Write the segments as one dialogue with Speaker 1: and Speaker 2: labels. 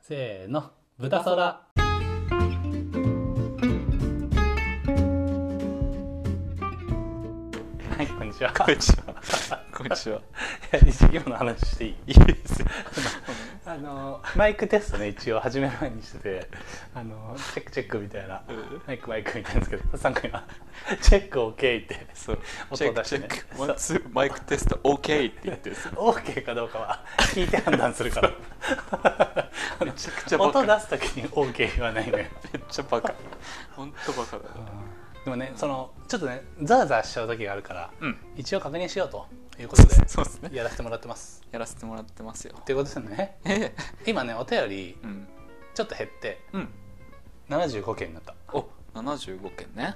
Speaker 1: せーの豚そらはいこんにちは
Speaker 2: こんにちは。こんにちは。
Speaker 1: 日業の話していい
Speaker 2: いいですよ。
Speaker 1: あのマイクテストね一応始める前にしててあのチェックチェックみたいな
Speaker 2: うん
Speaker 1: マイクマイクみたいなんですけど3回はチェック OK って
Speaker 2: そう。チ
Speaker 1: 音
Speaker 2: ェ
Speaker 1: を出
Speaker 2: ック
Speaker 1: し
Speaker 2: チ
Speaker 1: て
Speaker 2: ェ
Speaker 1: ね
Speaker 2: ック。ワンツーマイクテスト OK って言ってさ。
Speaker 1: OK かどうかは聞いて判断するから あの
Speaker 2: めちゃくちゃバカ
Speaker 1: 音出す時に OK 言わないのよ
Speaker 2: めっちゃバカ。本当バカだよ。
Speaker 1: でもねそのちょっとねザーザーしちゃう時があるから、
Speaker 2: うん。
Speaker 1: 一応確認しようということ
Speaker 2: そう
Speaker 1: で
Speaker 2: そうですね。
Speaker 1: やらせてもらってます
Speaker 2: やらせてもらってますよ。
Speaker 1: ということですよね
Speaker 2: ええ。
Speaker 1: 今ねお便り
Speaker 2: うん。
Speaker 1: ちょっと減って
Speaker 2: うん。
Speaker 1: 75件になった
Speaker 2: お、七十五件ね。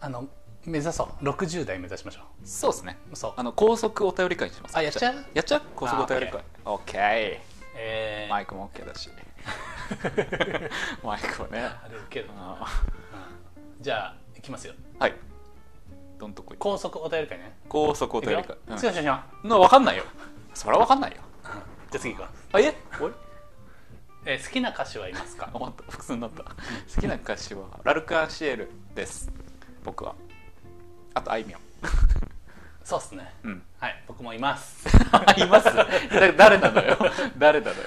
Speaker 1: あの目指そう60代目指しましょ
Speaker 2: そうですね。
Speaker 1: うそう
Speaker 2: あの高速お便り会にします。
Speaker 1: あやっちゃう
Speaker 2: じやっちゃう高速お便り会。オッケー。
Speaker 1: えー
Speaker 2: マイクも OK だし。 マイクもね。
Speaker 1: あるけどな
Speaker 2: あ
Speaker 1: じゃあいきますよ
Speaker 2: ーはい。どんとこい。
Speaker 1: 高速お便り会ね
Speaker 2: 高速お便り
Speaker 1: いく
Speaker 2: 会
Speaker 1: よ。
Speaker 2: うん
Speaker 1: 次の写真は
Speaker 2: のわかんないよ。それはわかんないよ。
Speaker 1: じゃあ次行こう、
Speaker 2: あえおい
Speaker 1: えー好きな歌手はいます か
Speaker 2: あ待った複数になった好きな歌手はラルク・アシエルです僕はあとあいみょん
Speaker 1: そうっすね
Speaker 2: うん
Speaker 1: はい僕もいます
Speaker 2: い ますだ誰なのよ誰なのよ、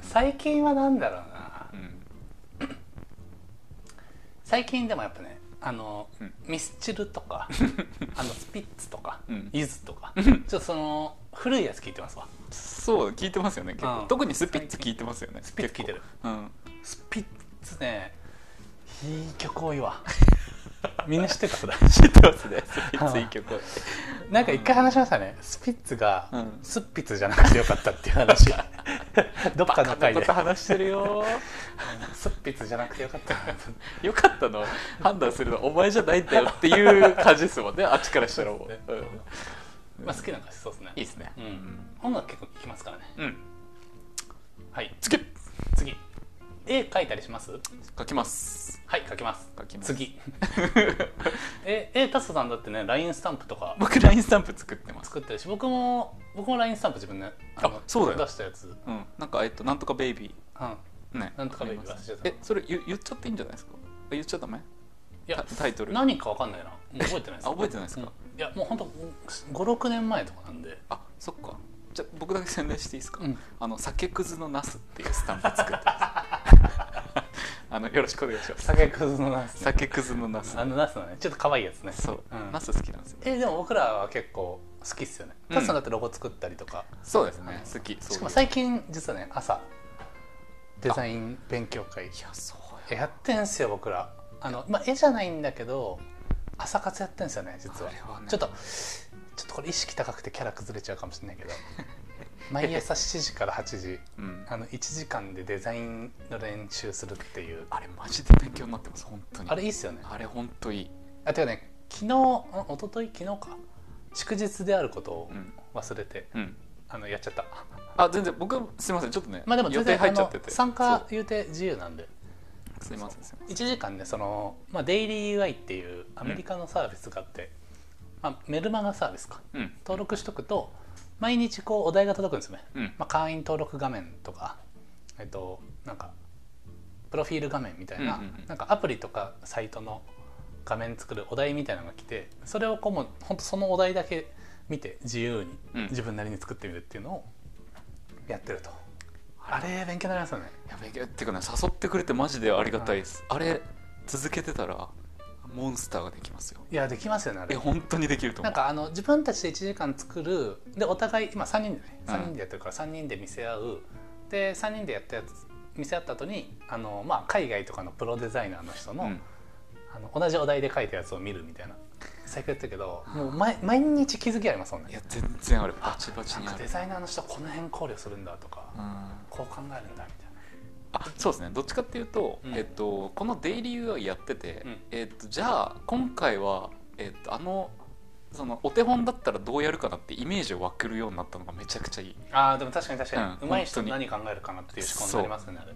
Speaker 1: 最近はなんだろうな
Speaker 2: うん、
Speaker 1: 最近でもやっぱねあの、
Speaker 2: うん
Speaker 1: ミスチルと かあのスピッツとか、
Speaker 2: うん
Speaker 1: ゆずと かちょっとその古いやつ聞いてますわ
Speaker 2: そう聞いてますよね結構、
Speaker 1: うん
Speaker 2: 特にスピッツ聞いてますよね
Speaker 1: スピッツ聞いてる
Speaker 2: 結構うん
Speaker 1: スピッツねいい曲多い わみんな知ってたそれ
Speaker 2: 知ってますねスピッツいい曲
Speaker 1: なんか一回話しましたねスピッツが、
Speaker 2: うん
Speaker 1: スッピッツじゃなくてよかったっていう 話どっかの
Speaker 2: バカ
Speaker 1: 回
Speaker 2: なこ
Speaker 1: で
Speaker 2: と話してるよ
Speaker 1: スッピッツじゃなくてよか ったなと
Speaker 2: よかったの判断するのお前じゃないんだよっていう感じですもんねあっちからしたらもう、うん
Speaker 1: まあ好きな歌手そうですね
Speaker 2: いいですね
Speaker 1: うん、音楽結構聴きますからね
Speaker 2: うん
Speaker 1: はい
Speaker 2: 次
Speaker 1: 次絵描いたりします
Speaker 2: 書きます
Speaker 1: はい描きます
Speaker 2: 書きます
Speaker 1: 次 ええタスさんだってね LINE スタンプとか
Speaker 2: 僕 LINE スタンプ作ってます
Speaker 1: 作ってるし僕も僕も LINE スタンプ自分であの
Speaker 2: あそうだよ
Speaker 1: 出したやつ、うん、
Speaker 2: うん、なんかえっとなんとかベイビーね
Speaker 1: なんとかベイビー忘れちゃった
Speaker 2: えそれ言言っちゃっていいんじゃないですかあ言っちゃダメ
Speaker 1: いや
Speaker 2: タタイトル
Speaker 1: 何かわかんないなもう覚えてないです
Speaker 2: あ覚えてないですか、
Speaker 1: うんいやもうほんと56年前とかなんで
Speaker 2: あそっかじゃあ僕だけ宣伝していいですか、
Speaker 1: うん
Speaker 2: あの酒くずのナスっていうスタンプ作って ますあのよろしくお願いします
Speaker 1: 酒くずのナス
Speaker 2: 酒くずのナス
Speaker 1: あのナスのねちょっと可愛いやつね
Speaker 2: そう、
Speaker 1: ん
Speaker 2: ナス好きなんですよ
Speaker 1: えでも僕らは結構好きっすよね、
Speaker 2: うん
Speaker 1: タスさんだってロゴ作ったりとか
Speaker 2: そうですね好きそう
Speaker 1: しかも
Speaker 2: いう
Speaker 1: 最近実はね朝デザイン勉強会
Speaker 2: いやそう
Speaker 1: えやってんすよ僕らあの、まあ、絵じゃないんだけど朝活やってんすよね実は
Speaker 2: あれはね
Speaker 1: ちょっとちょっとこれ意識高くてキャラ崩れちゃうかもしれない けど毎朝7時から8時
Speaker 2: うん
Speaker 1: あの1時間でデザインの練習するっていう
Speaker 2: あれマジで勉強になってます本当に
Speaker 1: あれいいっすよね
Speaker 2: あれ本当いい
Speaker 1: あてかね昨日あ一昨日昨日か祝日であることを
Speaker 2: うん
Speaker 1: 忘れて、
Speaker 2: うん
Speaker 1: あのやっちゃった
Speaker 2: あ全然僕すみませんちょっとね、
Speaker 1: まあでも
Speaker 2: 予
Speaker 1: 全
Speaker 2: 定
Speaker 1: 然
Speaker 2: 入っちゃって
Speaker 1: あの
Speaker 2: て
Speaker 1: 参加言うて自由なんで
Speaker 2: そうすみませんすいません
Speaker 1: 1時間ねその、まあ、デイリー UI っていうアメリカのサービスがあって、まあ、メルマガサービスか
Speaker 2: うん
Speaker 1: 登録しとくと毎日こうお題が届くんですよね、
Speaker 2: うん
Speaker 1: まあ、会員登録画面とかえっとなんかプロフィール画面みたいな,、
Speaker 2: うんうんうん
Speaker 1: なんかアプリとかサイトの画面作るお題みたいなのが来てそれをこうもうほんとそのお題だけ見て自由
Speaker 2: うん
Speaker 1: に自分なりに作ってみるっていうのをやってると、あれ勉強になりますよね
Speaker 2: やべえっていうかね誘ってくれてマジでありがたいです、あれ続けてたらモンスターができますよ
Speaker 1: いやできますよねあ
Speaker 2: え
Speaker 1: れ
Speaker 2: 本当にできると思
Speaker 1: な
Speaker 2: うん
Speaker 1: かあの自分たちで1時間作るでお互い今3人でね
Speaker 2: うん
Speaker 1: 3人でやってるから3人で見せ合うで3人でやったやつ見せ合った後にあのまあ海外とかのプロデザイナーの人の,、
Speaker 2: うん
Speaker 1: あの同じお題で書いたやつを見るみたいな最近やってるけどもう毎毎日気づきありますもん
Speaker 2: い
Speaker 1: ね
Speaker 2: や全然あれバチバチ
Speaker 1: なん
Speaker 2: に
Speaker 1: か
Speaker 2: あ
Speaker 1: デ
Speaker 2: る
Speaker 1: ザイナーの人この辺考慮するんだとか
Speaker 2: うんあ
Speaker 1: こう考えるんだみたいな
Speaker 2: そうですねどっちかっていうと、
Speaker 1: うん
Speaker 2: えっと、この「デイリー UI」やってて、
Speaker 1: うん
Speaker 2: えっと、じゃあ今回は、えっと、あのそのお手本だったらどうやるかなってイメージを分けるようになったのがめちゃくちゃいい
Speaker 1: あーでも確かに確か
Speaker 2: う
Speaker 1: に
Speaker 2: ん
Speaker 1: 上手い人
Speaker 2: 本当
Speaker 1: 何考えるかなっていう思考になりますよねあれ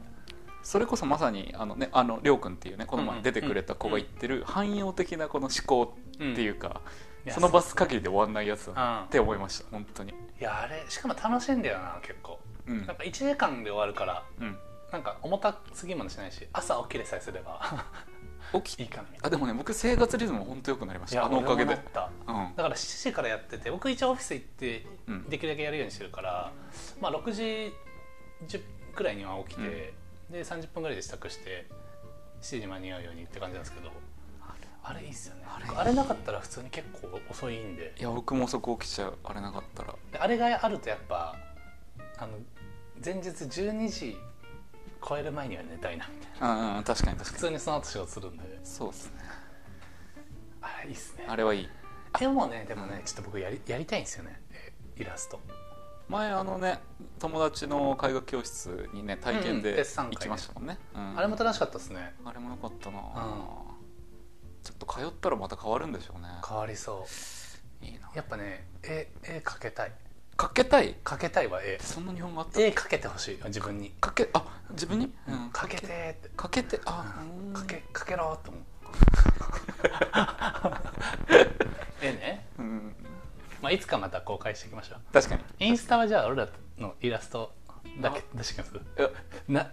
Speaker 2: それこそまさにあのねあのりょうくんっていうねこの
Speaker 1: うんう
Speaker 2: 前
Speaker 1: ん
Speaker 2: 出てくれた子が言ってる汎用的なこの思考っていうか、
Speaker 1: うん
Speaker 2: そのバス限りで終わんないやつだな
Speaker 1: うん
Speaker 2: って思いました本当に
Speaker 1: いやあれしかも楽しいんだよな結構
Speaker 2: うん
Speaker 1: なんか1時間で終わるから
Speaker 2: うん
Speaker 1: なんか重たすぎもしないし朝起きれさえすれば
Speaker 2: 起き
Speaker 1: いいかなみたい
Speaker 2: あでもね僕生活リズムほんと良くなりまし
Speaker 1: ない
Speaker 2: たあのおかげ
Speaker 1: 俺
Speaker 2: で
Speaker 1: も思った
Speaker 2: うん
Speaker 1: だから7時からやってて僕一応オフィス行って
Speaker 2: うん
Speaker 1: できるだけやるようにしてるから、まあ、6時10くらいには起きて、で30分ぐらいで支度して7時間に合うようにって感じなんですけどあれいいっすよね
Speaker 2: あ
Speaker 1: あ
Speaker 2: れ
Speaker 1: れなかったら普通に結構遅いんで
Speaker 2: いや僕もそこ起きちゃうあれなかったら
Speaker 1: であれがあるとやっぱあの前日12時超える前には寝たいなみたいな
Speaker 2: うんうん確かに確
Speaker 1: 普
Speaker 2: かに
Speaker 1: 通にその後仕事するんで
Speaker 2: そうですね
Speaker 1: あれいいっすね
Speaker 2: あれはいい
Speaker 1: でもねでもねちょっと僕やりやりたいんですよねイラスト
Speaker 2: 前あのね友達の絵画教室にね体験
Speaker 1: うん
Speaker 2: で
Speaker 1: 別参
Speaker 2: 行
Speaker 1: 加ね
Speaker 2: きましたもんね、うん
Speaker 1: あれも楽しかったですね
Speaker 2: あれも良かったな、
Speaker 1: ん
Speaker 2: ちょっと通ったらまた変わるんでしょうね
Speaker 1: 変わりそ
Speaker 2: いいな
Speaker 1: うやっぱね絵絵描けたい
Speaker 2: かけたい
Speaker 1: 描けたいは絵
Speaker 2: そんな日本語あった
Speaker 1: 絵描けてほしい自分に
Speaker 2: かけあ自分に、うん、
Speaker 1: 描けてーって
Speaker 2: かけてあうん
Speaker 1: 描け描けろーって思う絵ね、
Speaker 2: うん
Speaker 1: まあ、いつかまた公開していきましょう
Speaker 2: 確かに
Speaker 1: インスタはじゃあ俺らのイラストだけ出してきます
Speaker 2: いや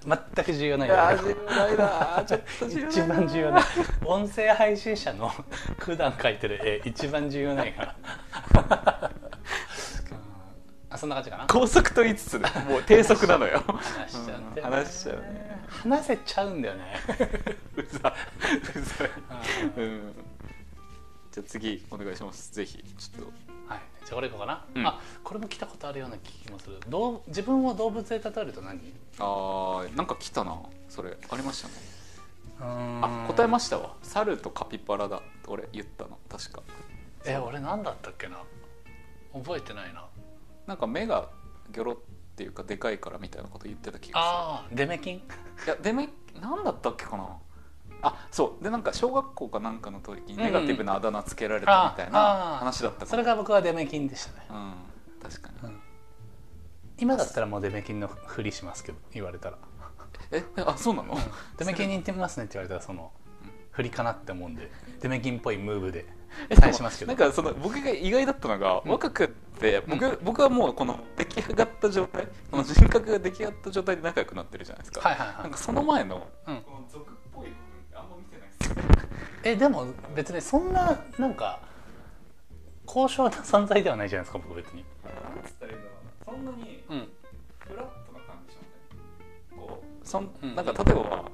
Speaker 1: な全く重要ないい
Speaker 2: や
Speaker 1: よ
Speaker 2: 自分ないなちょっと自
Speaker 1: 一
Speaker 2: 分
Speaker 1: 番重要な音声配信者の 普段描いてる絵一番重要ないからうんあそんな感じかな
Speaker 2: 高速と言いつつねもう低速なの よ
Speaker 1: 話しちゃって、
Speaker 2: うん話しちゃうね
Speaker 1: 話せちゃうんだよね
Speaker 2: うざうざいうんじゃあ次お願いしますぜひちょっと
Speaker 1: はいじゃあ俺行こうかな、
Speaker 2: うん
Speaker 1: あこれも来たことあるような気もするどう自分を動物で例えると何
Speaker 2: あーなんか来たなそれありましたねあ
Speaker 1: あ
Speaker 2: 答えま
Speaker 1: し
Speaker 2: したわ猿とカピバラだ俺言ったの確か
Speaker 1: え俺何だったっけな覚えてないな
Speaker 2: なんか目がギョロっていうかでかいからみたいなこと言ってた気が
Speaker 1: ああデメキン
Speaker 2: するいやでも何だったっけかなあそうでなんか小学校かなんかの時に
Speaker 1: うんうん
Speaker 2: ネガティブなあだ名つけられたみたい
Speaker 1: あ
Speaker 2: な
Speaker 1: あ
Speaker 2: 話だった
Speaker 1: そ
Speaker 2: から
Speaker 1: れが僕はデメキンでしたね
Speaker 2: うん確かに
Speaker 1: 今だったらもうデメキンのふりしますけど言われたら
Speaker 2: えあそうなの
Speaker 1: デメキンに行ってみますねって言われたらそのふりかなって思うんでデメキンっぽいムーブで
Speaker 2: え
Speaker 1: 返しますけど
Speaker 2: でもなんかその僕が意外だったのが、
Speaker 1: うん
Speaker 2: 若くって僕,、僕はもうこの出来上がった状態この人格が出来上がった状態で仲良くなってるじゃないですか、
Speaker 1: はいはいはい
Speaker 2: なんかその前の、
Speaker 1: うん
Speaker 2: この俗っぽい部分ってあんま見てない ですよね
Speaker 1: えでも別にそんななんか高尚な存在ではないじゃないですか僕別に
Speaker 2: なんつったらいいんだろうなそんなに
Speaker 1: うん
Speaker 2: フラットな感じしませんこうそん
Speaker 1: うん
Speaker 2: なんか例えば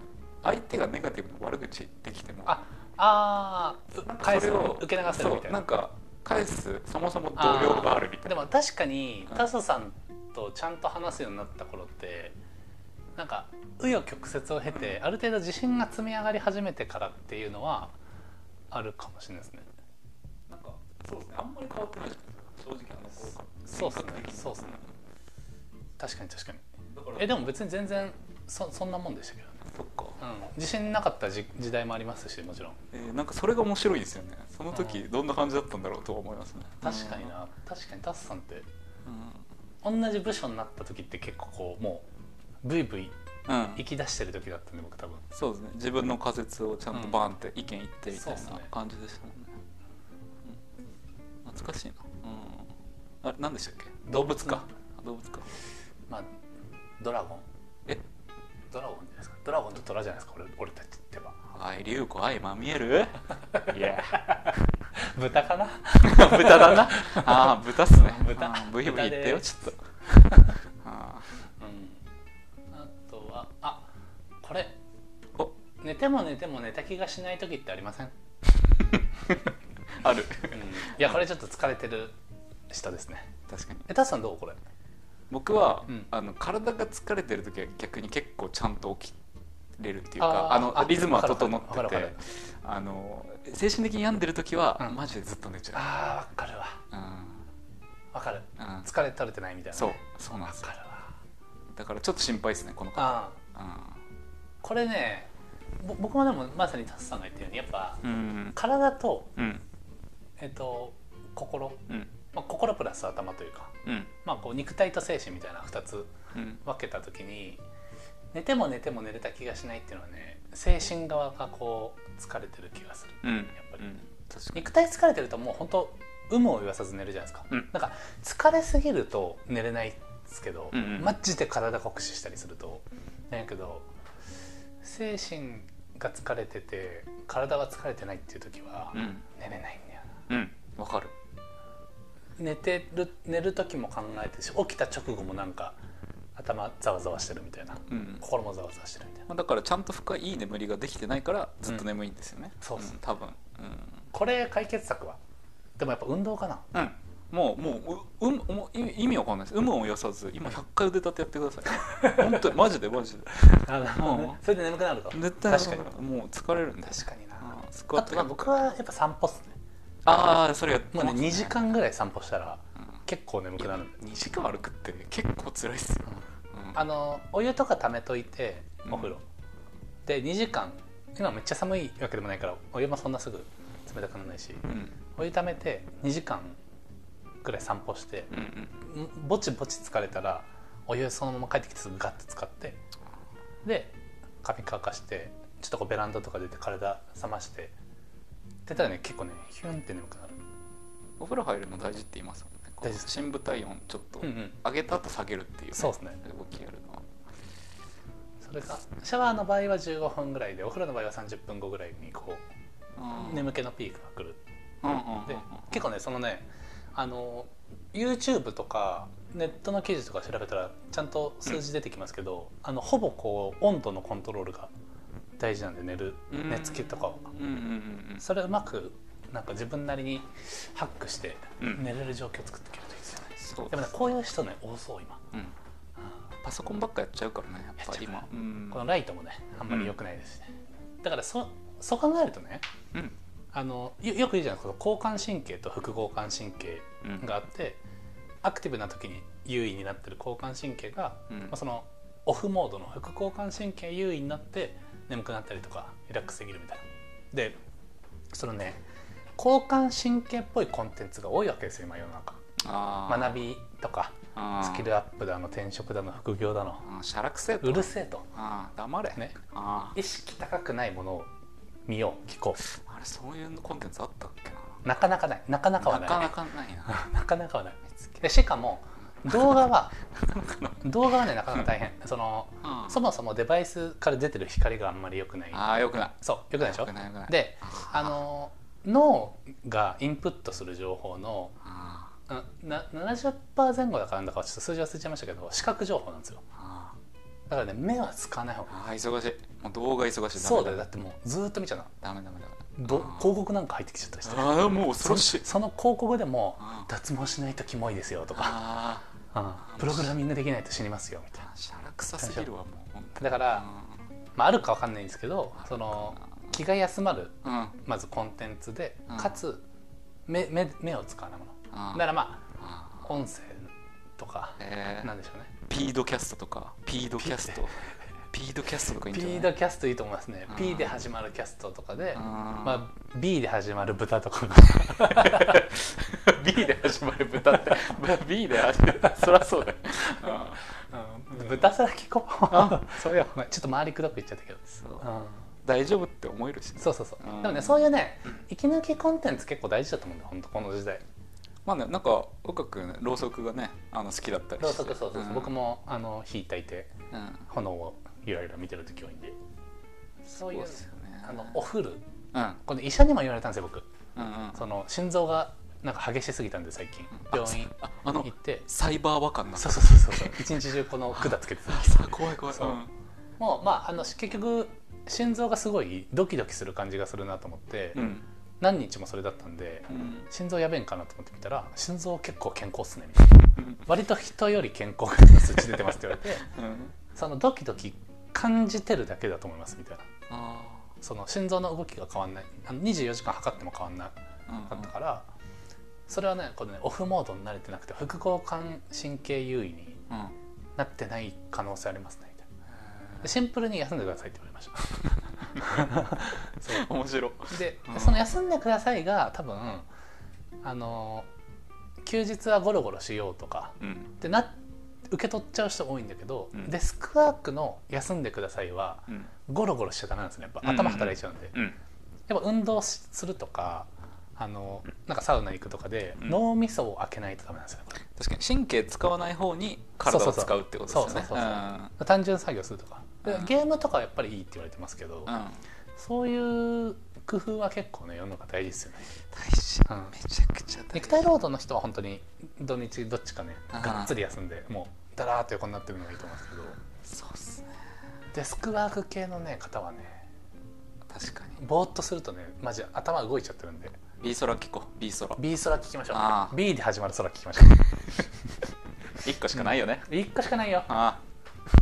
Speaker 2: 相手がネガティブな悪口言ってきても
Speaker 1: ああー返す受け流せるみた
Speaker 2: そう
Speaker 1: い
Speaker 2: な
Speaker 1: なん
Speaker 2: か返すそもそも同僚があるみたい
Speaker 1: で
Speaker 2: な
Speaker 1: も確かに
Speaker 2: うん
Speaker 1: タソさんとちゃんと話すようになった頃ってなんか紆余曲折を経てある程度自信が積み上がり始めてからっていうのはあるかもしれないですね
Speaker 2: なんかそうですねあんまり変わってないじゃないですか正直あのこう
Speaker 1: そうっすね
Speaker 2: 性格的に
Speaker 1: そうっすね確かに確かに
Speaker 2: だから
Speaker 1: えでも別に全然そそんなもんでしたけどね、
Speaker 2: そっか、
Speaker 1: うん、自信なかった時時代もありますしもちろん
Speaker 2: えーなんかそれが面白いですよねその時
Speaker 1: う
Speaker 2: どんな感じだったんだろうとは思いますね
Speaker 1: 確かにな確かにタスさんって
Speaker 2: う
Speaker 1: 同じ部署になった時って結構こうもうブイブイ
Speaker 2: ん、うん
Speaker 1: 生き出してる時だったんで僕多分
Speaker 2: そうですね自分の仮説をちゃんとバーンって意見言ってみたい
Speaker 1: そうっす
Speaker 2: な
Speaker 1: ね
Speaker 2: 感じでしたもんね、うん懐かしいな、うん、あれ何でしたっけ動物かあ動物か
Speaker 1: まあドラゴン
Speaker 2: え
Speaker 1: ドラゴンじゃないですかドラゴンとトラじゃないですか俺俺たちってば
Speaker 2: 愛竜子愛まみえるいや
Speaker 1: 豚かな
Speaker 2: 豚 だなああ豚っすね
Speaker 1: 豚
Speaker 2: あーブイブイ言ってよ
Speaker 1: 豚で
Speaker 2: ちょっと あ
Speaker 1: うんあとはあこれ
Speaker 2: ーお
Speaker 1: 寝ても寝ても寝た気がしない時ってありません、
Speaker 2: ある
Speaker 1: いやこれちょっと疲れてる人ですね
Speaker 2: 確かに
Speaker 1: えタスさんどうこれ
Speaker 2: 僕は、
Speaker 1: うん
Speaker 2: あの体が疲れてる時は逆に結構ちゃんと起きれるっていうかあ
Speaker 1: あー
Speaker 2: の
Speaker 1: あ
Speaker 2: リズム
Speaker 1: わ
Speaker 2: は
Speaker 1: かる
Speaker 2: 整っ
Speaker 1: わかる
Speaker 2: て
Speaker 1: わかるわ
Speaker 2: て
Speaker 1: か
Speaker 2: あの精神的に病んでる時は、
Speaker 1: うん
Speaker 2: マジでずっと寝ちゃ
Speaker 1: あーわかるわ
Speaker 2: う、
Speaker 1: わかる
Speaker 2: うんうん、
Speaker 1: 疲れ取れてないみたいな
Speaker 2: そう
Speaker 1: わ
Speaker 2: そうなんですよ
Speaker 1: かるわ
Speaker 2: だからちょっと心配ですねこの方、
Speaker 1: あー
Speaker 2: う
Speaker 1: これねぼ僕もでもまさにタスさんが言ったようにやっぱ
Speaker 2: ん、うん
Speaker 1: 体と,、
Speaker 2: うん
Speaker 1: えっと心、
Speaker 2: うん
Speaker 1: まあ、心プラス頭というか、
Speaker 2: うん
Speaker 1: まあ、こう肉体と精神みたいな2つ
Speaker 2: うん
Speaker 1: 分けた時に寝ても寝ても寝れた気がしないっていうのはね精神側がこう疲れてる気がする
Speaker 2: うん
Speaker 1: やっぱり
Speaker 2: うん確かに
Speaker 1: 肉体疲れてるともう本当有無を言わさず寝るじゃないですか、
Speaker 2: うん
Speaker 1: なんか疲れすぎると寝れないですけど、
Speaker 2: うんうん
Speaker 1: マジで体酷使したりするとなんやけど精神が疲れてて体が疲れてないっていう時は
Speaker 2: うん
Speaker 1: 寝れないんだよな
Speaker 2: うんわかる
Speaker 1: 寝てる寝る時も考えてるし起きた直後もなんか頭ざわざわしてるみたいな
Speaker 2: うん
Speaker 1: 心もざわざわしてるみたいな
Speaker 2: まあだからちゃんと深いいい眠りができてないからずっと眠いんですよね、
Speaker 1: そうっす
Speaker 2: ん多分
Speaker 1: これ解決策はでもやっぱ運動かな
Speaker 2: うん、うん、もうもうう、うもう意意味わかんないです有無をよさず今100回腕立てやってください本当にマジでマジで
Speaker 1: あの
Speaker 2: うん
Speaker 1: それで眠くなると
Speaker 2: 絶対
Speaker 1: 確かに
Speaker 2: もう疲れるんで
Speaker 1: 確かにな
Speaker 2: うんスク
Speaker 1: あ
Speaker 2: ワット
Speaker 1: とまあ僕はやっぱ散歩っすね
Speaker 2: ああそれやって
Speaker 1: もうね
Speaker 2: ます
Speaker 1: 2時間ぐらい散歩したら
Speaker 2: うん
Speaker 1: 結構眠くなるんだよ
Speaker 2: 2時間歩くって結構辛いっすよ、うん
Speaker 1: あのお湯とか溜めといて
Speaker 2: うん
Speaker 1: お風呂、で2時間今めっちゃ寒いわけでもないからお湯もそんなすぐ冷たくならないし
Speaker 2: うん
Speaker 1: お湯溜めて2時間ぐらい散歩して
Speaker 2: うんうん
Speaker 1: んぼちぼち疲れたらお湯そのまま帰ってきてすぐガッと使ってで髪乾かしてちょっとこうベランダとか出て体冷まして出たらね結構ねヒュンって眠くなる
Speaker 2: お風呂入るの大事って言いますもんねこう
Speaker 1: 大事っす
Speaker 2: 深部体温ちょっと
Speaker 1: うんうん
Speaker 2: 上げた後下げるっていうね、
Speaker 1: そうですね
Speaker 2: 動きやるのは
Speaker 1: それがシャワーの場合は15分ぐらいでお風呂の場合は30分後ぐらいにこ
Speaker 2: うん
Speaker 1: う眠気のピークが来る
Speaker 2: うんうんうんうん
Speaker 1: で結構ねそのねあの YouTube とかネットの記事とか調べたらちゃんと数字出てきますけど、あのほぼこう温度のコントロールが大事なんで寝る
Speaker 2: うん
Speaker 1: 寝つきとかは
Speaker 2: うんうんうん
Speaker 1: それをうまくなんか自分なりにハックして
Speaker 2: うん
Speaker 1: 寝れる状況を作っていけるといいですよね、
Speaker 2: そう
Speaker 1: でもねこういう人ね多そう今、
Speaker 2: うんパソコンばっかやっちゃうからねやっぱり
Speaker 1: やっ
Speaker 2: 今
Speaker 1: ちゃう
Speaker 2: うん
Speaker 1: このライトもねあんまり良くないですしね、だからそそう考えるとね
Speaker 2: うん
Speaker 1: あのよよく言うじゃないですか交感神経と副交感神経
Speaker 2: うん
Speaker 1: があってアクティブな時に優位になってる交感神経が、
Speaker 2: うん
Speaker 1: まあ、そのオフモードの副交感神経優位になって眠くなったりとかリラックスできるみたいな。でそのね交感神経っぽいコンテンツが多いわけですよ今世の中。
Speaker 2: あー
Speaker 1: 学びとか
Speaker 2: あー
Speaker 1: スキルアップだの転職だの副業だの
Speaker 2: あーしゃらくせえと
Speaker 1: うるせえと、
Speaker 2: あー黙れ
Speaker 1: ね、
Speaker 2: あ
Speaker 1: 意識高くないものを見よう聞こ
Speaker 2: ーあれそういうコンテンツあったっけ
Speaker 1: うなかなかないなかなかは
Speaker 2: な
Speaker 1: な
Speaker 2: ないかなかないな
Speaker 1: なかなかはないでしかも動画は動画はねなかなか大変その
Speaker 2: あー
Speaker 1: そもそもデバイスから出てる光があんまり良くない
Speaker 2: あーよくない
Speaker 1: そう良くないでしょ
Speaker 2: よくないよくない
Speaker 1: であの脳がインプットする情報の
Speaker 2: あ
Speaker 1: あな70%前後だからなんだかちょっと数字忘れちゃいましたけど視覚情報なんですよ
Speaker 2: ーあー
Speaker 1: だからね目は使わない方がいい
Speaker 2: あー忙しいもう動画忙しい
Speaker 1: そうだよだ
Speaker 2: ダメ
Speaker 1: ってもうずーっと見ちゃうの
Speaker 2: ダメダメダメ
Speaker 1: ど
Speaker 2: あー
Speaker 1: 広告なんか入ってきちゃったりして
Speaker 2: ああもう恐
Speaker 1: そ
Speaker 2: ろしい
Speaker 1: その広告でも
Speaker 2: あー
Speaker 1: 脱毛しないとキモいですよとか
Speaker 2: あ
Speaker 1: うんプログラミングできないと死にますよみたいな
Speaker 2: あしゃらくさすぎるわもう本当に
Speaker 1: だから、
Speaker 2: う
Speaker 1: まあ、あるかわかんないんですけどその気が休まる
Speaker 2: んうん
Speaker 1: まずコンテンツで
Speaker 2: うん
Speaker 1: かつ目目目を使わないもの
Speaker 2: あ
Speaker 1: だ
Speaker 2: ー
Speaker 1: からま
Speaker 2: あ
Speaker 1: あ音声とか
Speaker 2: ーえー
Speaker 1: なんでしょうね
Speaker 2: ピードキャストとかピードキャストピードキャストとかいいん
Speaker 1: ピ
Speaker 2: じゃない
Speaker 1: ードキャストいいと思いますね
Speaker 2: うん
Speaker 1: P で始まるキャストとかで
Speaker 2: あ
Speaker 1: まあ B で始まる豚とかが
Speaker 2: ー B で始まる豚って B で始まる そりゃそうだよ
Speaker 1: うん豚すら聞こ
Speaker 2: あ
Speaker 1: う
Speaker 2: そうや
Speaker 1: まあちょっと周りくどく言っちゃったけど
Speaker 2: そう
Speaker 1: うん
Speaker 2: 大丈夫って思えるしね
Speaker 1: そうそうそう
Speaker 2: うん
Speaker 1: でもねそういうね息抜きコンテンツ結構大事だと思うんだよ本当この時代
Speaker 2: まあねなんか岡君ろうそくがねあの好きだったりして
Speaker 1: ろうそくそうそうそう僕
Speaker 2: も
Speaker 1: もあの火焚いて
Speaker 2: うん
Speaker 1: 炎をゆらゆら見てる時多いんでそういう
Speaker 2: そうっすよね
Speaker 1: あのおフル
Speaker 2: うん
Speaker 1: この医者にも言われたんですよ僕
Speaker 2: うんうん
Speaker 1: その心臓がなんか激しすぎたんで最近
Speaker 2: あ
Speaker 1: 病院
Speaker 2: ああの
Speaker 1: 行って
Speaker 2: サイバー和感なんだ
Speaker 1: そうそうそうそうそう 一日中この管つけてた
Speaker 2: あさ怖い怖い
Speaker 1: そう
Speaker 2: うん
Speaker 1: もうまああの結局心臓がすごいドキドキする感じがするなと思って、
Speaker 2: うん
Speaker 1: 何日もそれだったんで、
Speaker 2: うん
Speaker 1: 心臓やべえんかなと思ってみたら心臓結構健康っすねみたいな割と人より健康な数値出てますって言われて
Speaker 2: うん
Speaker 1: そのドキドキ感じてるだけだと思いますみたいな
Speaker 2: あ
Speaker 1: その心臓の動きが変わんないあの24時間測っても変わんな
Speaker 2: ーうん
Speaker 1: かったから、それはねこのねオフモードに慣れてなくて副交感神経優位に
Speaker 2: うん
Speaker 1: なってない可能性ありますねみたいなでシンプルに休んでくださいって言われました そう
Speaker 2: 面白い
Speaker 1: で
Speaker 2: うん
Speaker 1: その休んでくださいが多分あの休日はゴロゴロしようとか
Speaker 2: うん
Speaker 1: でな受け取っちゃう人多いんだけど、
Speaker 2: うん
Speaker 1: デスクワークの休んでくださいは
Speaker 2: うん
Speaker 1: ゴロゴロしちゃダメなんですねやっぱ
Speaker 2: うんうんう
Speaker 1: 頭
Speaker 2: ん
Speaker 1: 働いちゃうんで、
Speaker 2: うん
Speaker 1: やっぱ運動しするとかあのなんかサウナ行くとかで、
Speaker 2: うん
Speaker 1: 脳みそを開けないとダメなんですよねこれ
Speaker 2: 確かに神経使わない方に体を使うってことですよね
Speaker 1: そうそうそうそう単純作業するとかで
Speaker 2: うん
Speaker 1: ゲームとかはやっぱりいいって言われてますけど、
Speaker 2: うん
Speaker 1: そういう工夫は結構ね世の中大事ですよね
Speaker 2: 大事
Speaker 1: うん
Speaker 2: めちゃくちゃ大
Speaker 1: 肉
Speaker 2: 事
Speaker 1: 体労働の人は本当に土日どっちかね
Speaker 2: うん
Speaker 1: がっつり休んでもうだらーっと横になってるのがいいと思うんですけど
Speaker 2: そうっすね
Speaker 1: デスクワーク系のね方はね
Speaker 2: 確かに
Speaker 1: ぼーっとするとねマジ頭動いちゃってるんで
Speaker 2: B 空聞こう B 空
Speaker 1: B 空聞きましょ
Speaker 2: あ
Speaker 1: う
Speaker 2: ー
Speaker 1: B で始まる空聞きましょう
Speaker 2: 一個しかないよね、
Speaker 1: 1個しかないよ
Speaker 2: あ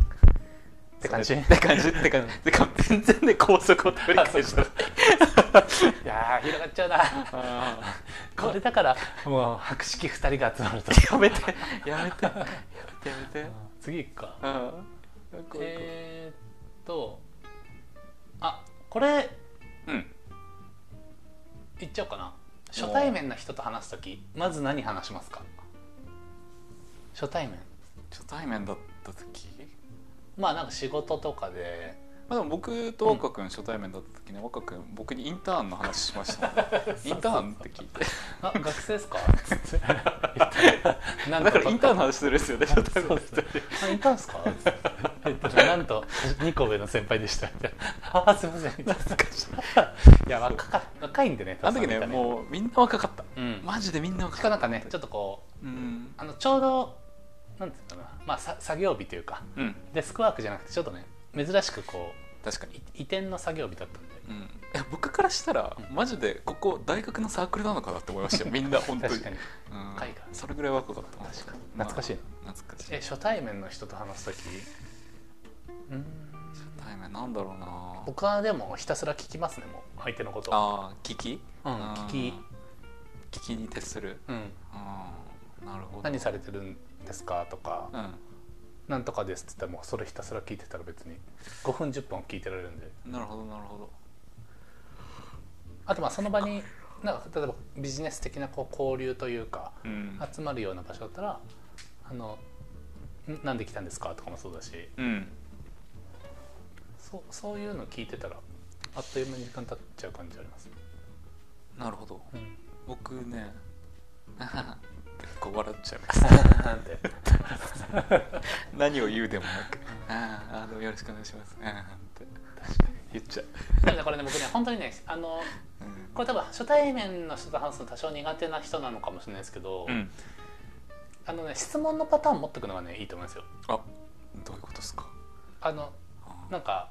Speaker 1: っ
Speaker 2: あ
Speaker 1: て感じ
Speaker 2: そ
Speaker 1: い
Speaker 2: れって感じって感じって感じ全然ね高速を取り返した
Speaker 1: やー広がっちゃうな
Speaker 2: あ
Speaker 1: これだからもう博識2人が集まると
Speaker 2: ーやめてやめてやめてやめて
Speaker 1: 次行くか
Speaker 2: うん
Speaker 1: えー、っとあこれ
Speaker 2: うん
Speaker 1: 言っちゃおうかな初対面の人と話す時まず何話しますか初対面
Speaker 2: 初対面だった時
Speaker 1: まあなんか仕事とかで
Speaker 2: まあでも僕と若君初対面だった時ね若君僕にインターンの話しま したもんインターンって聞いて
Speaker 1: 「あ学生です か?
Speaker 2: だ
Speaker 1: なんと」
Speaker 2: からインターンの話するん ですよね初対
Speaker 1: そう
Speaker 2: 面
Speaker 1: ですねあインターンです か?」言ったらなんと2個上の先輩でした」みたいな「 あすいません」みたいないや若か若いんでね
Speaker 2: あの時ね
Speaker 1: う、
Speaker 2: もうみんな若かった
Speaker 1: うん、
Speaker 2: マジでみんな
Speaker 1: し
Speaker 2: 若
Speaker 1: か
Speaker 2: か
Speaker 1: もな
Speaker 2: っ
Speaker 1: ん
Speaker 2: た
Speaker 1: かねちょっとこう
Speaker 2: うん
Speaker 1: あのちょうどなんていうのかな、まあ、さ作業日というか
Speaker 2: うん
Speaker 1: デスクワークじゃなくてちょっとね珍しくこ
Speaker 2: 確か
Speaker 1: う
Speaker 2: に
Speaker 1: い移転の作業日だったんで
Speaker 2: うん、いや僕からしたら、マジでここ大学のサークルなのかなって思いました よみんな本当に
Speaker 1: 確かに
Speaker 2: うん
Speaker 1: 海外
Speaker 2: それぐらい若かった
Speaker 1: 確かに懐かしいな、
Speaker 2: まあ懐かしい
Speaker 1: え初対面の人と話す時うーん
Speaker 2: 対面なんだろうな
Speaker 1: 僕はでもひたすら聞きますねもう相手のことを
Speaker 2: ああ聞き
Speaker 1: うん
Speaker 2: あー
Speaker 1: 聞
Speaker 2: 聞きに徹する
Speaker 1: き、うん、
Speaker 2: うんなるほど
Speaker 1: 何されてるんですかとか、
Speaker 2: う
Speaker 1: なんとかですって言ったらもうそれひたすら聞いてたら別に5分10分は聞いてられるんで
Speaker 2: んなるほどなるほど
Speaker 1: あとまあその場になんか例えばビジネス的なこう交流というか
Speaker 2: うん
Speaker 1: 集まるような場所だったら「あのんなんで来たんですか?」とかもそうだし
Speaker 2: うん
Speaker 1: そうそういうの聞いてたらあっという間に時間経っちゃう感じあります、
Speaker 2: なるほど
Speaker 1: うん、
Speaker 2: 僕ね 結構笑っちゃう
Speaker 1: なんて
Speaker 2: 何を言うでもなく「 あーあーどうもよろしくお願いします」うんって言っちゃう、
Speaker 1: なんかこれね僕ね本当にねあの
Speaker 2: うん
Speaker 1: これ多分初対面の人と話すの多少苦手な人なのかもしれないですけど、
Speaker 2: うん、
Speaker 1: あのね質問のパターン持ってくのがねいいと思いますよ
Speaker 2: あどういうことですか
Speaker 1: あの
Speaker 2: あ
Speaker 1: なんか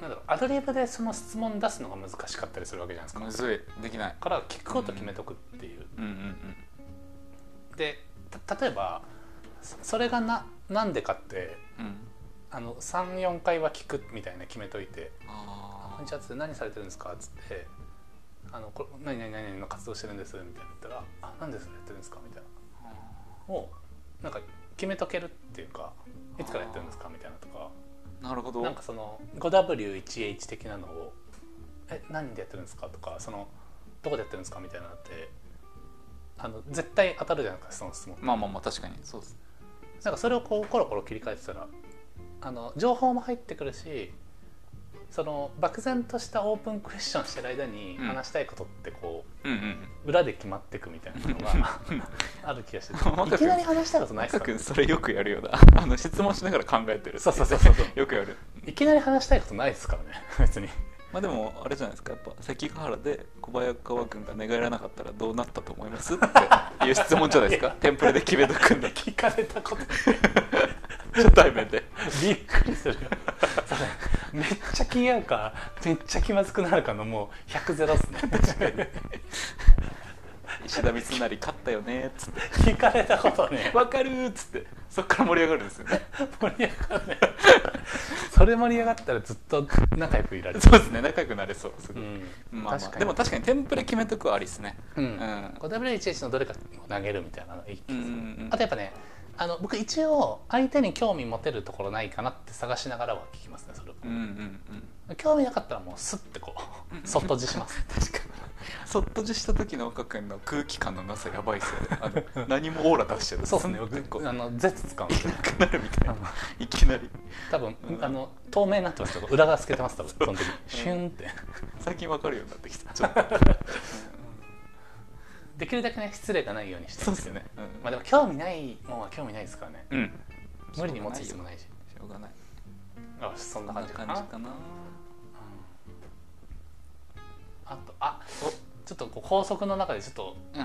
Speaker 1: なんだろうアドリブでその質問出すのが難しかったりするわけじゃないです
Speaker 2: ー
Speaker 1: か
Speaker 2: むずいできない
Speaker 1: だから聞くこと決めとくっていう、
Speaker 2: うんうん
Speaker 1: でた例えばそそれがななんでかって
Speaker 2: うんうん
Speaker 1: あの34回は聞くみたいな決めといて「
Speaker 2: あ
Speaker 1: こんにちは」っつって「何されてるんですか?」っつって「あのこれ何何何々の活動してるんです」みたいな言ったら「あなんでそれやってるんですか?」みたいなをなんか決めとけるっていうか「いつからやってるんですか?」みたいなとか。
Speaker 2: ーなるほど
Speaker 1: なんかその 5W1H 的なのを「え何でやってるんですか?」とかその「どこでやってるんですか?」みたいなのってあの絶対当たるじゃないですかその質問
Speaker 2: まあまあまあ確かにそうです
Speaker 1: なんかそれをこうコロコロ切り替えてたらあの情報も入ってくるしその漠然としたオープンクエスチョンしてる間に
Speaker 2: うん
Speaker 1: 話したいことってこう、
Speaker 2: うんうん
Speaker 1: 裏で決まってくみたいなのが ある気が してて
Speaker 2: 若
Speaker 1: い
Speaker 2: く
Speaker 1: きなり話したことないです
Speaker 2: 赤
Speaker 1: から
Speaker 2: 君それよくやるよな あの質問しながら考えてる
Speaker 1: そうそうそうそう
Speaker 2: よくやる
Speaker 1: いきなり話したいことないですからね別に
Speaker 2: まあでもあれじゃないですかやっぱ関ヶ原で小早川君が寝返らなかったらどうなったと思いますっていう質問じゃないですか テンプレで決めとくんだ
Speaker 1: 聞かれたこと
Speaker 2: 初対面で
Speaker 1: びっくりするよそれめっちゃ気合うかめっちゃ気まずくなるかのもう100ゼロっすね
Speaker 2: 石田三成勝ったよねっつって
Speaker 1: 聞かれたことね
Speaker 2: わかるっつってそっから盛り上がるんですよね
Speaker 1: 盛り上がんないそれ盛り上がったらずっと仲良くいられる
Speaker 2: そうですね仲良くなれそうす
Speaker 1: う
Speaker 2: ごい、
Speaker 1: ん
Speaker 2: まあまあ
Speaker 1: 確かに
Speaker 2: でも確かにテンプレ決めとくはありですね
Speaker 1: う
Speaker 2: うんん、
Speaker 1: 5W11 のどれかを投げるみたいなの一気
Speaker 2: うんう
Speaker 1: に
Speaker 2: んうん
Speaker 1: あとやっぱねあの僕一応相手に興味持てるところないかなって探しながらは聞きますねそれを
Speaker 2: うんうんうん
Speaker 1: 興味なかったらもうスッてこうそっとじし ます
Speaker 2: 確かにそっとじした時の岡君の空気感のなさやばいっすよね あの何もオーラ出してる
Speaker 1: そうですね
Speaker 2: 結構
Speaker 1: 僕あの絶使うんですよ
Speaker 2: なくなるみたい
Speaker 1: あの
Speaker 2: ないきなり
Speaker 1: 多分、
Speaker 2: うん
Speaker 1: あの透明になってますけど裏が透けてます多分その時シュンって
Speaker 2: 最近わかるようになってきたちょっ とうん
Speaker 1: できるだけね失礼がないようにして
Speaker 2: そ
Speaker 1: る
Speaker 2: うん
Speaker 1: です
Speaker 2: です
Speaker 1: よ
Speaker 2: よ
Speaker 1: ね
Speaker 2: ね、
Speaker 1: まあでも興味ないもんは興味ないですからね
Speaker 2: うん、
Speaker 1: 無理に持つ必要もないし
Speaker 2: しょうがない
Speaker 1: まよしそんな感じかな
Speaker 2: かな
Speaker 1: あとあちょっとこう高速の中でちょっと
Speaker 2: う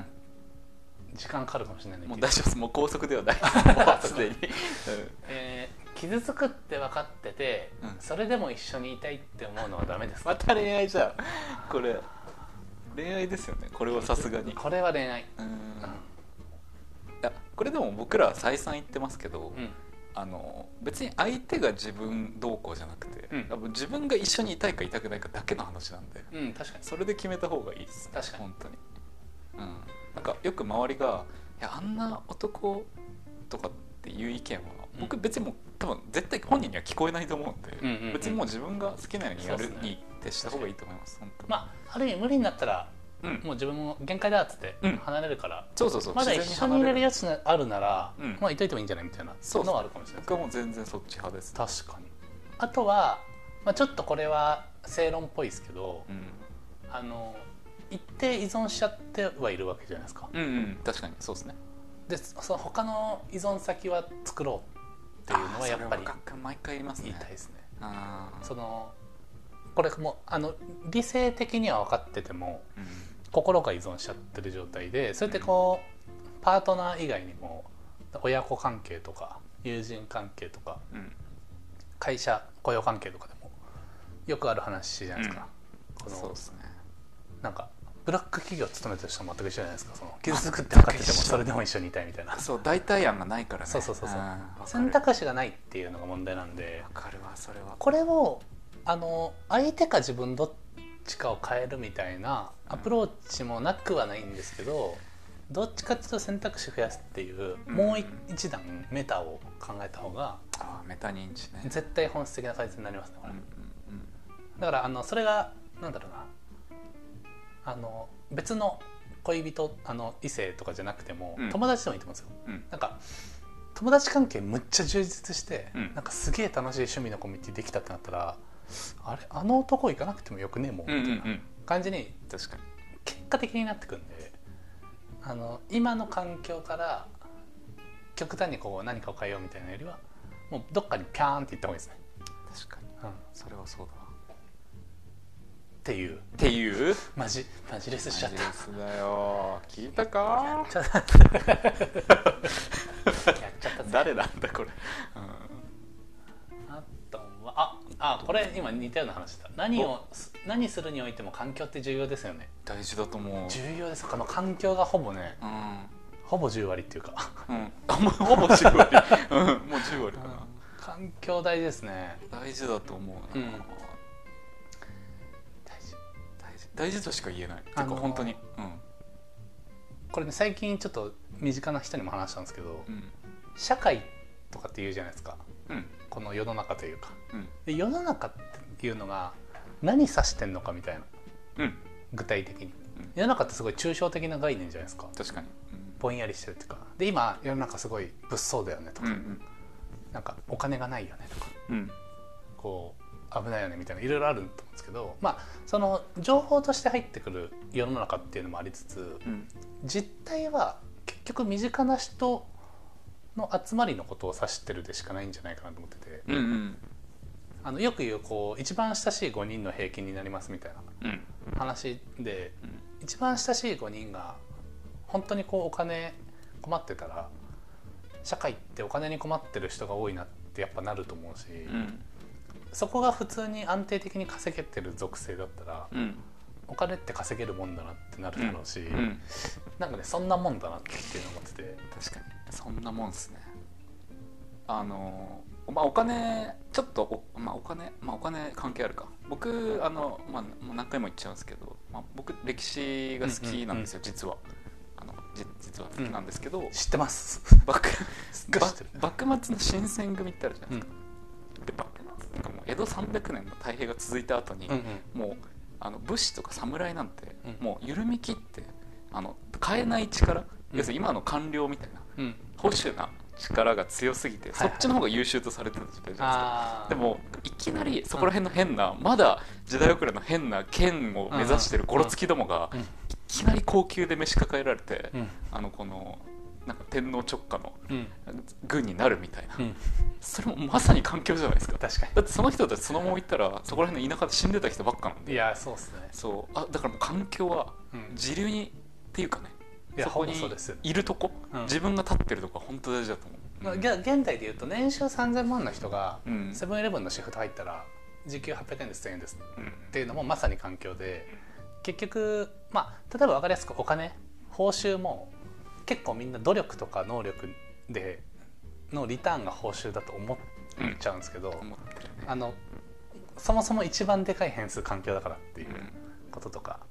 Speaker 1: 時間かかるかもしれないん
Speaker 2: ん
Speaker 1: だ
Speaker 2: も
Speaker 1: け
Speaker 2: う
Speaker 1: ど
Speaker 2: 大丈夫ですもう高速ではな いもうすでに、
Speaker 1: えー傷つくって分かってて、
Speaker 2: うん
Speaker 1: それでも一緒にいたいって思うのはダメです
Speaker 2: また恋愛じゃんこれ恋愛ですよねこれはさすがに
Speaker 1: これは恋愛
Speaker 2: うん
Speaker 1: うん
Speaker 2: いやこれでも僕らは再三言ってますけど、
Speaker 1: うん
Speaker 2: あの別に相手が自分どうこうじゃなくて、
Speaker 1: うん
Speaker 2: 多分自分が一緒にいたいかいたくないかだけの話なんで
Speaker 1: うん確かに
Speaker 2: それで決めた方がいいですね
Speaker 1: 確かに
Speaker 2: 本当に、うん、なんかよく周りが「いやあんな男」とかっていう意見は
Speaker 1: うん
Speaker 2: 僕別にもう多分絶対本人には聞こえないと思うんで、
Speaker 1: うんうんうん
Speaker 2: 別にもう自分が好きなようにや
Speaker 1: そう
Speaker 2: る
Speaker 1: っすね
Speaker 2: に徹した方がいいと思います本当に
Speaker 1: まあある意味無理になったら
Speaker 2: うん
Speaker 1: もう自分も限界だっつって
Speaker 2: うん
Speaker 1: 離れるから、
Speaker 2: そうそうそう
Speaker 1: まだ一
Speaker 2: 自
Speaker 1: 緒
Speaker 2: 然
Speaker 1: にい
Speaker 2: 離
Speaker 1: れるやつがあるなら、
Speaker 2: うん
Speaker 1: まあいといてもいいんじゃないみたいな
Speaker 2: そうそう
Speaker 1: のはあるかもしれない
Speaker 2: 僕はもう全然そっち派です、
Speaker 1: 確かにあとは、まあ、ちょっとこれは正論っぽいですけど、
Speaker 2: うん、
Speaker 1: あの一定依存しちゃってはいるわけじゃないですか
Speaker 2: うんうん確かにそうですね
Speaker 1: でその他の依存先は作ろうっていうのはやっぱり
Speaker 2: あーそれは僕毎回言います
Speaker 1: 言い
Speaker 2: ね
Speaker 1: たいですね
Speaker 2: ああ
Speaker 1: そのこれもあの理性的には分かってても
Speaker 2: うん
Speaker 1: 心が依存しちゃってる状態でそれってこう、パートナー以外にも親子関係とか友人関係とか
Speaker 2: うん
Speaker 1: 会社雇用関係とかでもよくある話じゃないですか、こ
Speaker 2: そう
Speaker 1: の
Speaker 2: ですね
Speaker 1: なんかブラック企業勤めてる人は全く一緒じゃないですかその傷つくって分かってても
Speaker 2: 全く一緒
Speaker 1: それでも一緒にいたいみたいな
Speaker 2: そう代替案がないからね
Speaker 1: そうそうそうそうん
Speaker 2: わかる
Speaker 1: 選択肢がないっていうのが問題なんで
Speaker 2: わかるわそれは
Speaker 1: これをあの相手か自分どっちかを変えるみたいなアプローチもなくはないんですけど、どっちかっていうと選択肢増やすっていう、
Speaker 2: うん
Speaker 1: もう一段メタを考えた方が
Speaker 2: あーメタ認知ね
Speaker 1: 絶対本質的な解説になりますねこ
Speaker 2: うん
Speaker 1: れ、
Speaker 2: うん
Speaker 1: だからあのそれがなんだろうなあの別の恋人あの異性とかじゃなくても、
Speaker 2: うん
Speaker 1: 友達でもいいと思うんですよ
Speaker 2: うんうん
Speaker 1: なんか友達関係むっちゃ充実して、
Speaker 2: うん
Speaker 1: なんかすげえ楽しい趣味のコミュニティできたってなったらあれあの男行かなくてもよくねもう
Speaker 2: うん
Speaker 1: み
Speaker 2: う
Speaker 1: たい
Speaker 2: んう
Speaker 1: なん感じに
Speaker 2: 確かに
Speaker 1: 結果的になってくんであの今の環境から極端にこう何かを変えようみたいなよりはもうどっかにピャーンっていった方がいいですね、
Speaker 2: 確かに
Speaker 1: うん、っ
Speaker 2: それはそうだわって
Speaker 1: いう
Speaker 2: ていう
Speaker 1: マジマジレスしちゃっ
Speaker 2: マジレスだよ 聞いたか
Speaker 1: たやっちゃったぜ
Speaker 2: 誰なんだこれ
Speaker 1: あとはああこれ今似たような話だ何をす何するにおいても環境って重要ですよね
Speaker 2: 大事だと思う
Speaker 1: 重要ですこの環境がほぼね
Speaker 2: うん
Speaker 1: ほぼ10割っていうか
Speaker 2: うんあもうほぼ10割うんもう10割かな
Speaker 1: 環境大事ですね
Speaker 2: 大事だと思うな、
Speaker 1: うん大事
Speaker 2: 大事大事としか言えないてか
Speaker 1: あのー
Speaker 2: 本当に
Speaker 1: これね最近ちょっと身近な人にも話したんですけど
Speaker 2: うんうん
Speaker 1: 社会とかって言うじゃないですか
Speaker 2: うん
Speaker 1: この世の中というか
Speaker 2: うん
Speaker 1: で世の中っていうのが何指してんのかみたいな
Speaker 2: うん
Speaker 1: 具体的に
Speaker 2: うん
Speaker 1: 世の中ってすごい抽象的な概念じゃないですか
Speaker 2: 確かに
Speaker 1: ぼんやりしてるっていうかで今世の中すごい物騒だよねと
Speaker 2: うん
Speaker 1: か、
Speaker 2: うん
Speaker 1: なんかお金がないよねとか
Speaker 2: うん
Speaker 1: こう危ないよねみたいないろいろあると思うんですけどまあその情報として入ってくる世の中っていうのもありつつ
Speaker 2: うん
Speaker 1: 実態は結局身近な人の集まりのことを指してるでしかないんじゃないかなと思ってて、
Speaker 2: うんうん
Speaker 1: あのよく言うこう一番親しい5人の平均になりますみたいな
Speaker 2: うん
Speaker 1: 話で
Speaker 2: うん
Speaker 1: 一番親しい5人が本当にこうお金困ってたら社会ってお金に困ってる人が多いなってやっぱなると思うし。
Speaker 2: うん
Speaker 1: そこが普通に安定的に稼げてる属性だったら
Speaker 2: うん
Speaker 1: お金って稼げるもんだなってなるだろうし、
Speaker 2: うん
Speaker 1: なんかねそんなもんだなっていうのを思ってて
Speaker 2: 確かにそんなもんっすねあのまあお金ちょっとお,、まあ、お金まあお金関係あるか僕あの、まあ、もう何回も言っちゃうんですけど、まあ、僕歴史が好きなんですよ、実はあのじ実は好きなんですけど、
Speaker 1: 知ってます、
Speaker 2: 幕
Speaker 1: ごい知ってる
Speaker 2: ば幕末の新選組ってあるじゃ
Speaker 1: う
Speaker 2: ない
Speaker 1: ん
Speaker 2: ですか、で幕末なんかもう江戸300年の太平が続いた後に、
Speaker 1: うんうん
Speaker 2: もうあの武士とか侍なんて、
Speaker 1: うん
Speaker 2: もう緩み切ってあの変えない力、
Speaker 1: うん
Speaker 2: 要するに今の官僚みたいな
Speaker 1: うん、
Speaker 2: 保守な力が強すぎて、
Speaker 1: はいはい
Speaker 2: そっちの方が優秀とされてた時代じゃないですか。
Speaker 1: あー
Speaker 2: でもいきなりそこら辺の変な、まだ時代遅れの変な剣を目指してるゴロツキどもが、
Speaker 1: うん
Speaker 2: いきなり高級で召し抱えられて、
Speaker 1: うん
Speaker 2: あのこのなんか天皇直下の
Speaker 1: うん
Speaker 2: 軍になるみたいな
Speaker 1: うん
Speaker 2: それもまさに環境じゃないですか
Speaker 1: 確か
Speaker 2: だってその人たちそのまま行ったらそこら辺の田舎で死んでた人ばっかなん
Speaker 1: に
Speaker 2: で
Speaker 1: いやそうっすね
Speaker 2: そうあだからもう環境は
Speaker 1: うん
Speaker 2: 自流にっていうかね
Speaker 1: いや
Speaker 2: そこに
Speaker 1: ほんとそうです
Speaker 2: いるとこ、
Speaker 1: うん
Speaker 2: 自分が立ってるとこは本当大事だと思う、
Speaker 1: まあ、げ現代でいうと年収3000万の人が
Speaker 2: うん
Speaker 1: セブンイレブンのシフト入ったら時給800円です1000円です
Speaker 2: うん
Speaker 1: っていうのもまさに環境で結局まあ例えば分かりやすくお金報酬も結構みんな努力とか能力でのリターンが報酬だと思っちゃうんですけど、
Speaker 2: 思ってるね
Speaker 1: あのそもそも一番でかい変数環境だからっていううんこととか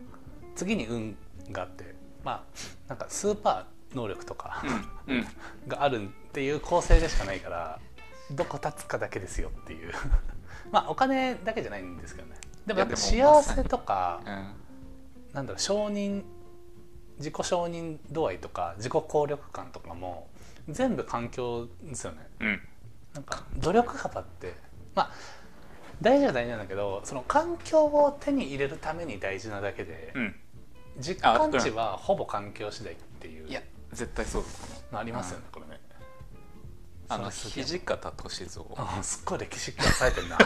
Speaker 1: 次に運があってまあなんかスーパー能力とか。
Speaker 2: うん、うん
Speaker 1: があるっていう構成でしかないからどこ立つかだけですよっていう まあお金だけじゃないんですけどねでもなんか
Speaker 2: いやでも
Speaker 1: 幸せとか
Speaker 2: うん
Speaker 1: なんだろう承認自己承認度合いとか自己効力感とかも全部環境ですよね
Speaker 2: うん
Speaker 1: なんか努力幅ってまあ大事は大事なんだけどその環境を手に入れるために大事なだけで、
Speaker 2: うん
Speaker 1: 実感値はほぼ環境次第っていう
Speaker 2: いや絶対そうだと思う
Speaker 1: のありますよね、これね
Speaker 2: あの
Speaker 1: それすげえ
Speaker 2: 土方歳三
Speaker 1: あすっごい歴史がされてるな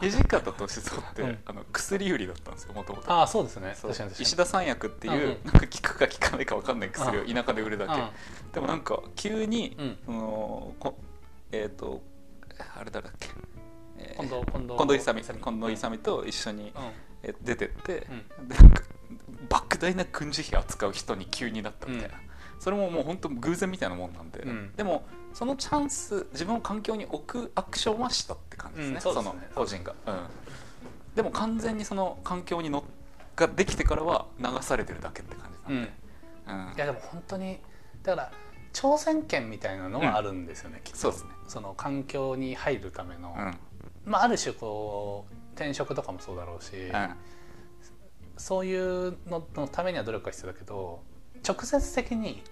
Speaker 2: 土方歳三って、
Speaker 1: うん
Speaker 2: あの薬売りだったんですよもとも と
Speaker 1: ああそうですね確かに確かに
Speaker 2: 石田三薬っていう、
Speaker 1: うん
Speaker 2: なんか効くか効かないか分かんない薬を田舎で売るだけ、でもなんか急に、
Speaker 1: うん
Speaker 2: そのこえっ、とあれ誰だっけ、えー
Speaker 1: 今度今度
Speaker 2: 近藤勇近藤勇と一緒に、
Speaker 1: う
Speaker 2: え出てって、
Speaker 1: う
Speaker 2: でなんか莫大な軍事費扱う人に急になったみたいな、それももう本当偶然みたいなもんなんで、
Speaker 1: うん
Speaker 2: でもそのチャンス自分を環境に置くアクションはしたって感じですね,、
Speaker 1: うん
Speaker 2: そ
Speaker 1: そうですね
Speaker 2: の個人が、うん、でも完全にその環境にのができてからは流されてるだけって感じ
Speaker 1: ん、う
Speaker 2: なん
Speaker 1: ん、い
Speaker 2: で、うん
Speaker 1: やでも本当にだから挑戦権みたいなのはあるんですよね、きっと
Speaker 2: そうですね
Speaker 1: その環境に入るための、
Speaker 2: うん、うん
Speaker 1: まあある種こう転職とかもそうだろうし、そういうののためには努力が必要だけど直接的に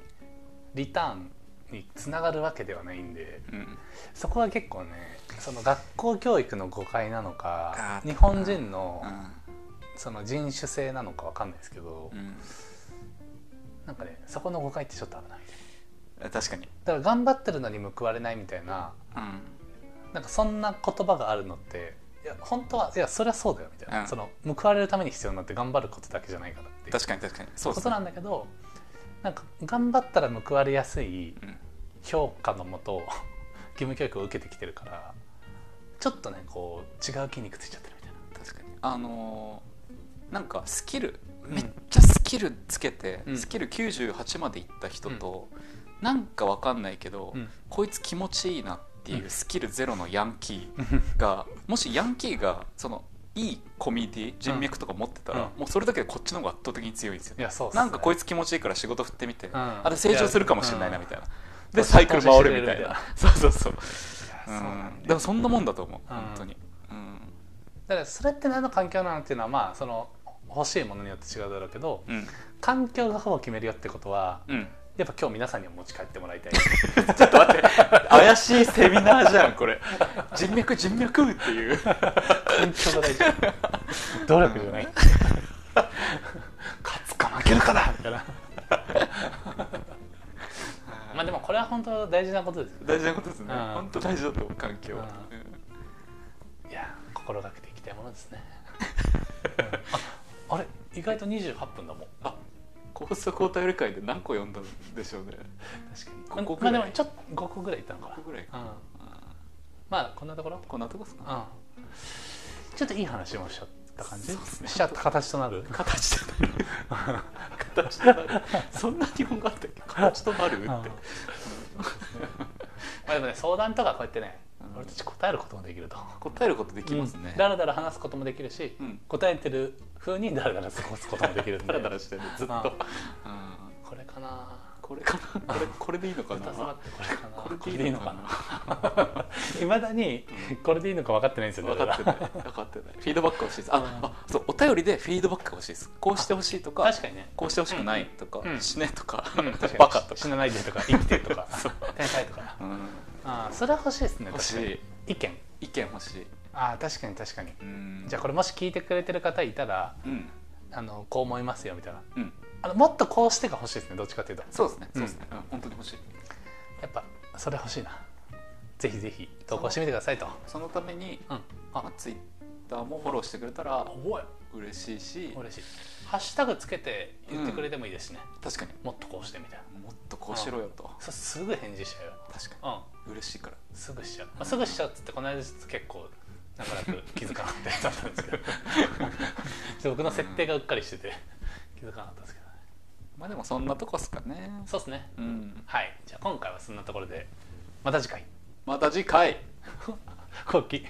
Speaker 1: リターンにつながるわけではないんで
Speaker 2: うん
Speaker 1: そこは結構ねその学校教育の誤解なのか
Speaker 2: あー
Speaker 1: 日本人の
Speaker 2: う
Speaker 1: その人種性なのかわかんないですけど、
Speaker 2: ん
Speaker 1: なんかねそこの誤解ってちょっとあるなみたいな
Speaker 2: うん、確かに、
Speaker 1: だから頑張ってるのに報われないみたいな
Speaker 2: うん、
Speaker 1: なんかそんな言葉があるのっていや本当はいやそりゃそうだよみたいな、
Speaker 2: うん
Speaker 1: その報われるために必要なのって頑張ることだけじゃないからっていう
Speaker 2: 確かに確かにそう
Speaker 1: こ
Speaker 2: です
Speaker 1: と
Speaker 2: ね
Speaker 1: なんだけど、なんか頑張ったら報われやすい
Speaker 2: うん
Speaker 1: 評価のもと 義務教育を受けてきてるからちょっとねこう違う筋肉ついちゃってるみたいな。
Speaker 2: 確かにあのーなんかスキル
Speaker 1: うん
Speaker 2: めっちゃスキルつけて、
Speaker 1: うん
Speaker 2: スキル98までいった人と、なんかわかんないけど、
Speaker 1: うん
Speaker 2: こいつ気持ちいいなっていうスキルゼロのヤンキーが、もしヤンキーがそのいいコミュニティ人脈とか持ってたら、
Speaker 1: うん
Speaker 2: もうそれだけでこっちの方が圧倒的に強いんですよ
Speaker 1: いやそうっすね
Speaker 2: なんかこいつ気持ちいいから仕事振ってみて、
Speaker 1: ん
Speaker 2: あれ成長するかもしれないなみたいな、
Speaker 1: ん
Speaker 2: でサイクル回るみたい
Speaker 1: 投
Speaker 2: な
Speaker 1: 資
Speaker 2: そうそうそう、
Speaker 1: いや
Speaker 2: う、
Speaker 1: そうんだ
Speaker 2: で
Speaker 1: よ
Speaker 2: もそんなもんだと思う、
Speaker 1: うん
Speaker 2: 本当に、うん
Speaker 1: だからそれって何の環境なのっていうのはまあその欲しいものによって違うだろうけど、
Speaker 2: うん
Speaker 1: 環境がほぼ決めるよってことは
Speaker 2: うん
Speaker 1: やっぱ今日皆さんには持ち帰ってもらいたい
Speaker 2: ちょっと待って 怪しいセミナーじゃんこれ人脈人脈っていう
Speaker 1: 環境が 大事努力じゃない勝つか負けるかだみたいなまあでもこれは本当大事なことですよね
Speaker 2: 大事なことですね
Speaker 1: うん
Speaker 2: 本当大事だと思う環境
Speaker 1: うん
Speaker 2: うん
Speaker 1: いや心がけていきたいもの ですね、うんああれ意外と28分だもん
Speaker 2: あ高速お便り会で何個読んだんでしょうね
Speaker 1: 確
Speaker 2: かに
Speaker 1: ま
Speaker 2: ここぐらい
Speaker 1: まあでもちょっと5個ぐらいいったのかな
Speaker 2: ここぐらいか
Speaker 1: うん
Speaker 2: あ
Speaker 1: まあこんなところ
Speaker 2: ーこんなとこっすか
Speaker 1: うんちょっといい話もしちゃった感じ、
Speaker 2: そうっすね
Speaker 1: しちゃった形となる
Speaker 2: 形となる形となるそんな日本語あったっけ形となるって
Speaker 1: うんまあでもね相談とかこうやってね、
Speaker 2: うん
Speaker 1: 俺たち答えることもできると
Speaker 2: 答えることできますね
Speaker 1: うんだらだら話すこともできるし、
Speaker 2: うん
Speaker 1: 答えてる風にだらだら過ごすこともできるんで
Speaker 2: ダラダラしてるずっと
Speaker 1: うん
Speaker 2: うん
Speaker 1: これかな
Speaker 2: これかなこれこれでいいのか
Speaker 1: 豚さば
Speaker 2: な
Speaker 1: って これかな
Speaker 2: こ
Speaker 1: これ
Speaker 2: れ
Speaker 1: で
Speaker 2: で
Speaker 1: い
Speaker 2: い
Speaker 1: い
Speaker 2: い
Speaker 1: の
Speaker 2: の
Speaker 1: か
Speaker 2: か
Speaker 1: ないまだにこれでいいのか分かってないんですよ
Speaker 2: 分
Speaker 1: だ
Speaker 2: か
Speaker 1: ら
Speaker 2: ってない分かってないフィードバック欲しいですあ,、あそうお便りでフィードバックが欲しいですこうしてほしいとか
Speaker 1: 確かにね
Speaker 2: こうしてほしくないとか、
Speaker 1: うん
Speaker 2: 死ねとか、
Speaker 1: 確かに
Speaker 2: バカとか
Speaker 1: 死、なないでとか生きてとか天才とか
Speaker 2: うん
Speaker 1: あーそれは欲しいですね
Speaker 2: 欲し
Speaker 1: 確か
Speaker 2: い
Speaker 1: に意見
Speaker 2: 意見欲しい、
Speaker 1: あー確かに確かに
Speaker 2: うん、
Speaker 1: じゃあこれもし聞いてくれてる方いたら
Speaker 2: うん
Speaker 1: あのこう思いますよみたいな
Speaker 2: うん
Speaker 1: あのもっとこうしてが欲しいですねどっちかというと
Speaker 2: そうですね
Speaker 1: う
Speaker 2: そ
Speaker 1: ん
Speaker 2: うですね、うん本当に欲しい
Speaker 1: やっぱそれ欲しいなぜひぜひ投稿してみてくださいと
Speaker 2: そのために、
Speaker 1: うん
Speaker 2: まあ、ツイッターもフォローしてくれたら
Speaker 1: おい
Speaker 2: 嬉しいし
Speaker 1: 嬉しいハッシュタグつけて言ってくれてもいいですしね、
Speaker 2: 確かに
Speaker 1: もっとこうしてみたいな
Speaker 2: もっとこうしろよと
Speaker 1: そすぐ返事しちゃ
Speaker 2: 確か
Speaker 1: うよ
Speaker 2: に嬉しいから
Speaker 1: うんすぐしちゃう、まあ、すぐしちゃうっつってこの間結構長らく気づかなかったやつだったんですけど ちょっと僕の設定がうっかりしてて気づかなかったんですけどね
Speaker 2: まあでもそんなとこっすかね
Speaker 1: そうですね
Speaker 2: うん
Speaker 1: はいじゃあ今回はそんなところでまた次回
Speaker 2: また次回
Speaker 1: 後期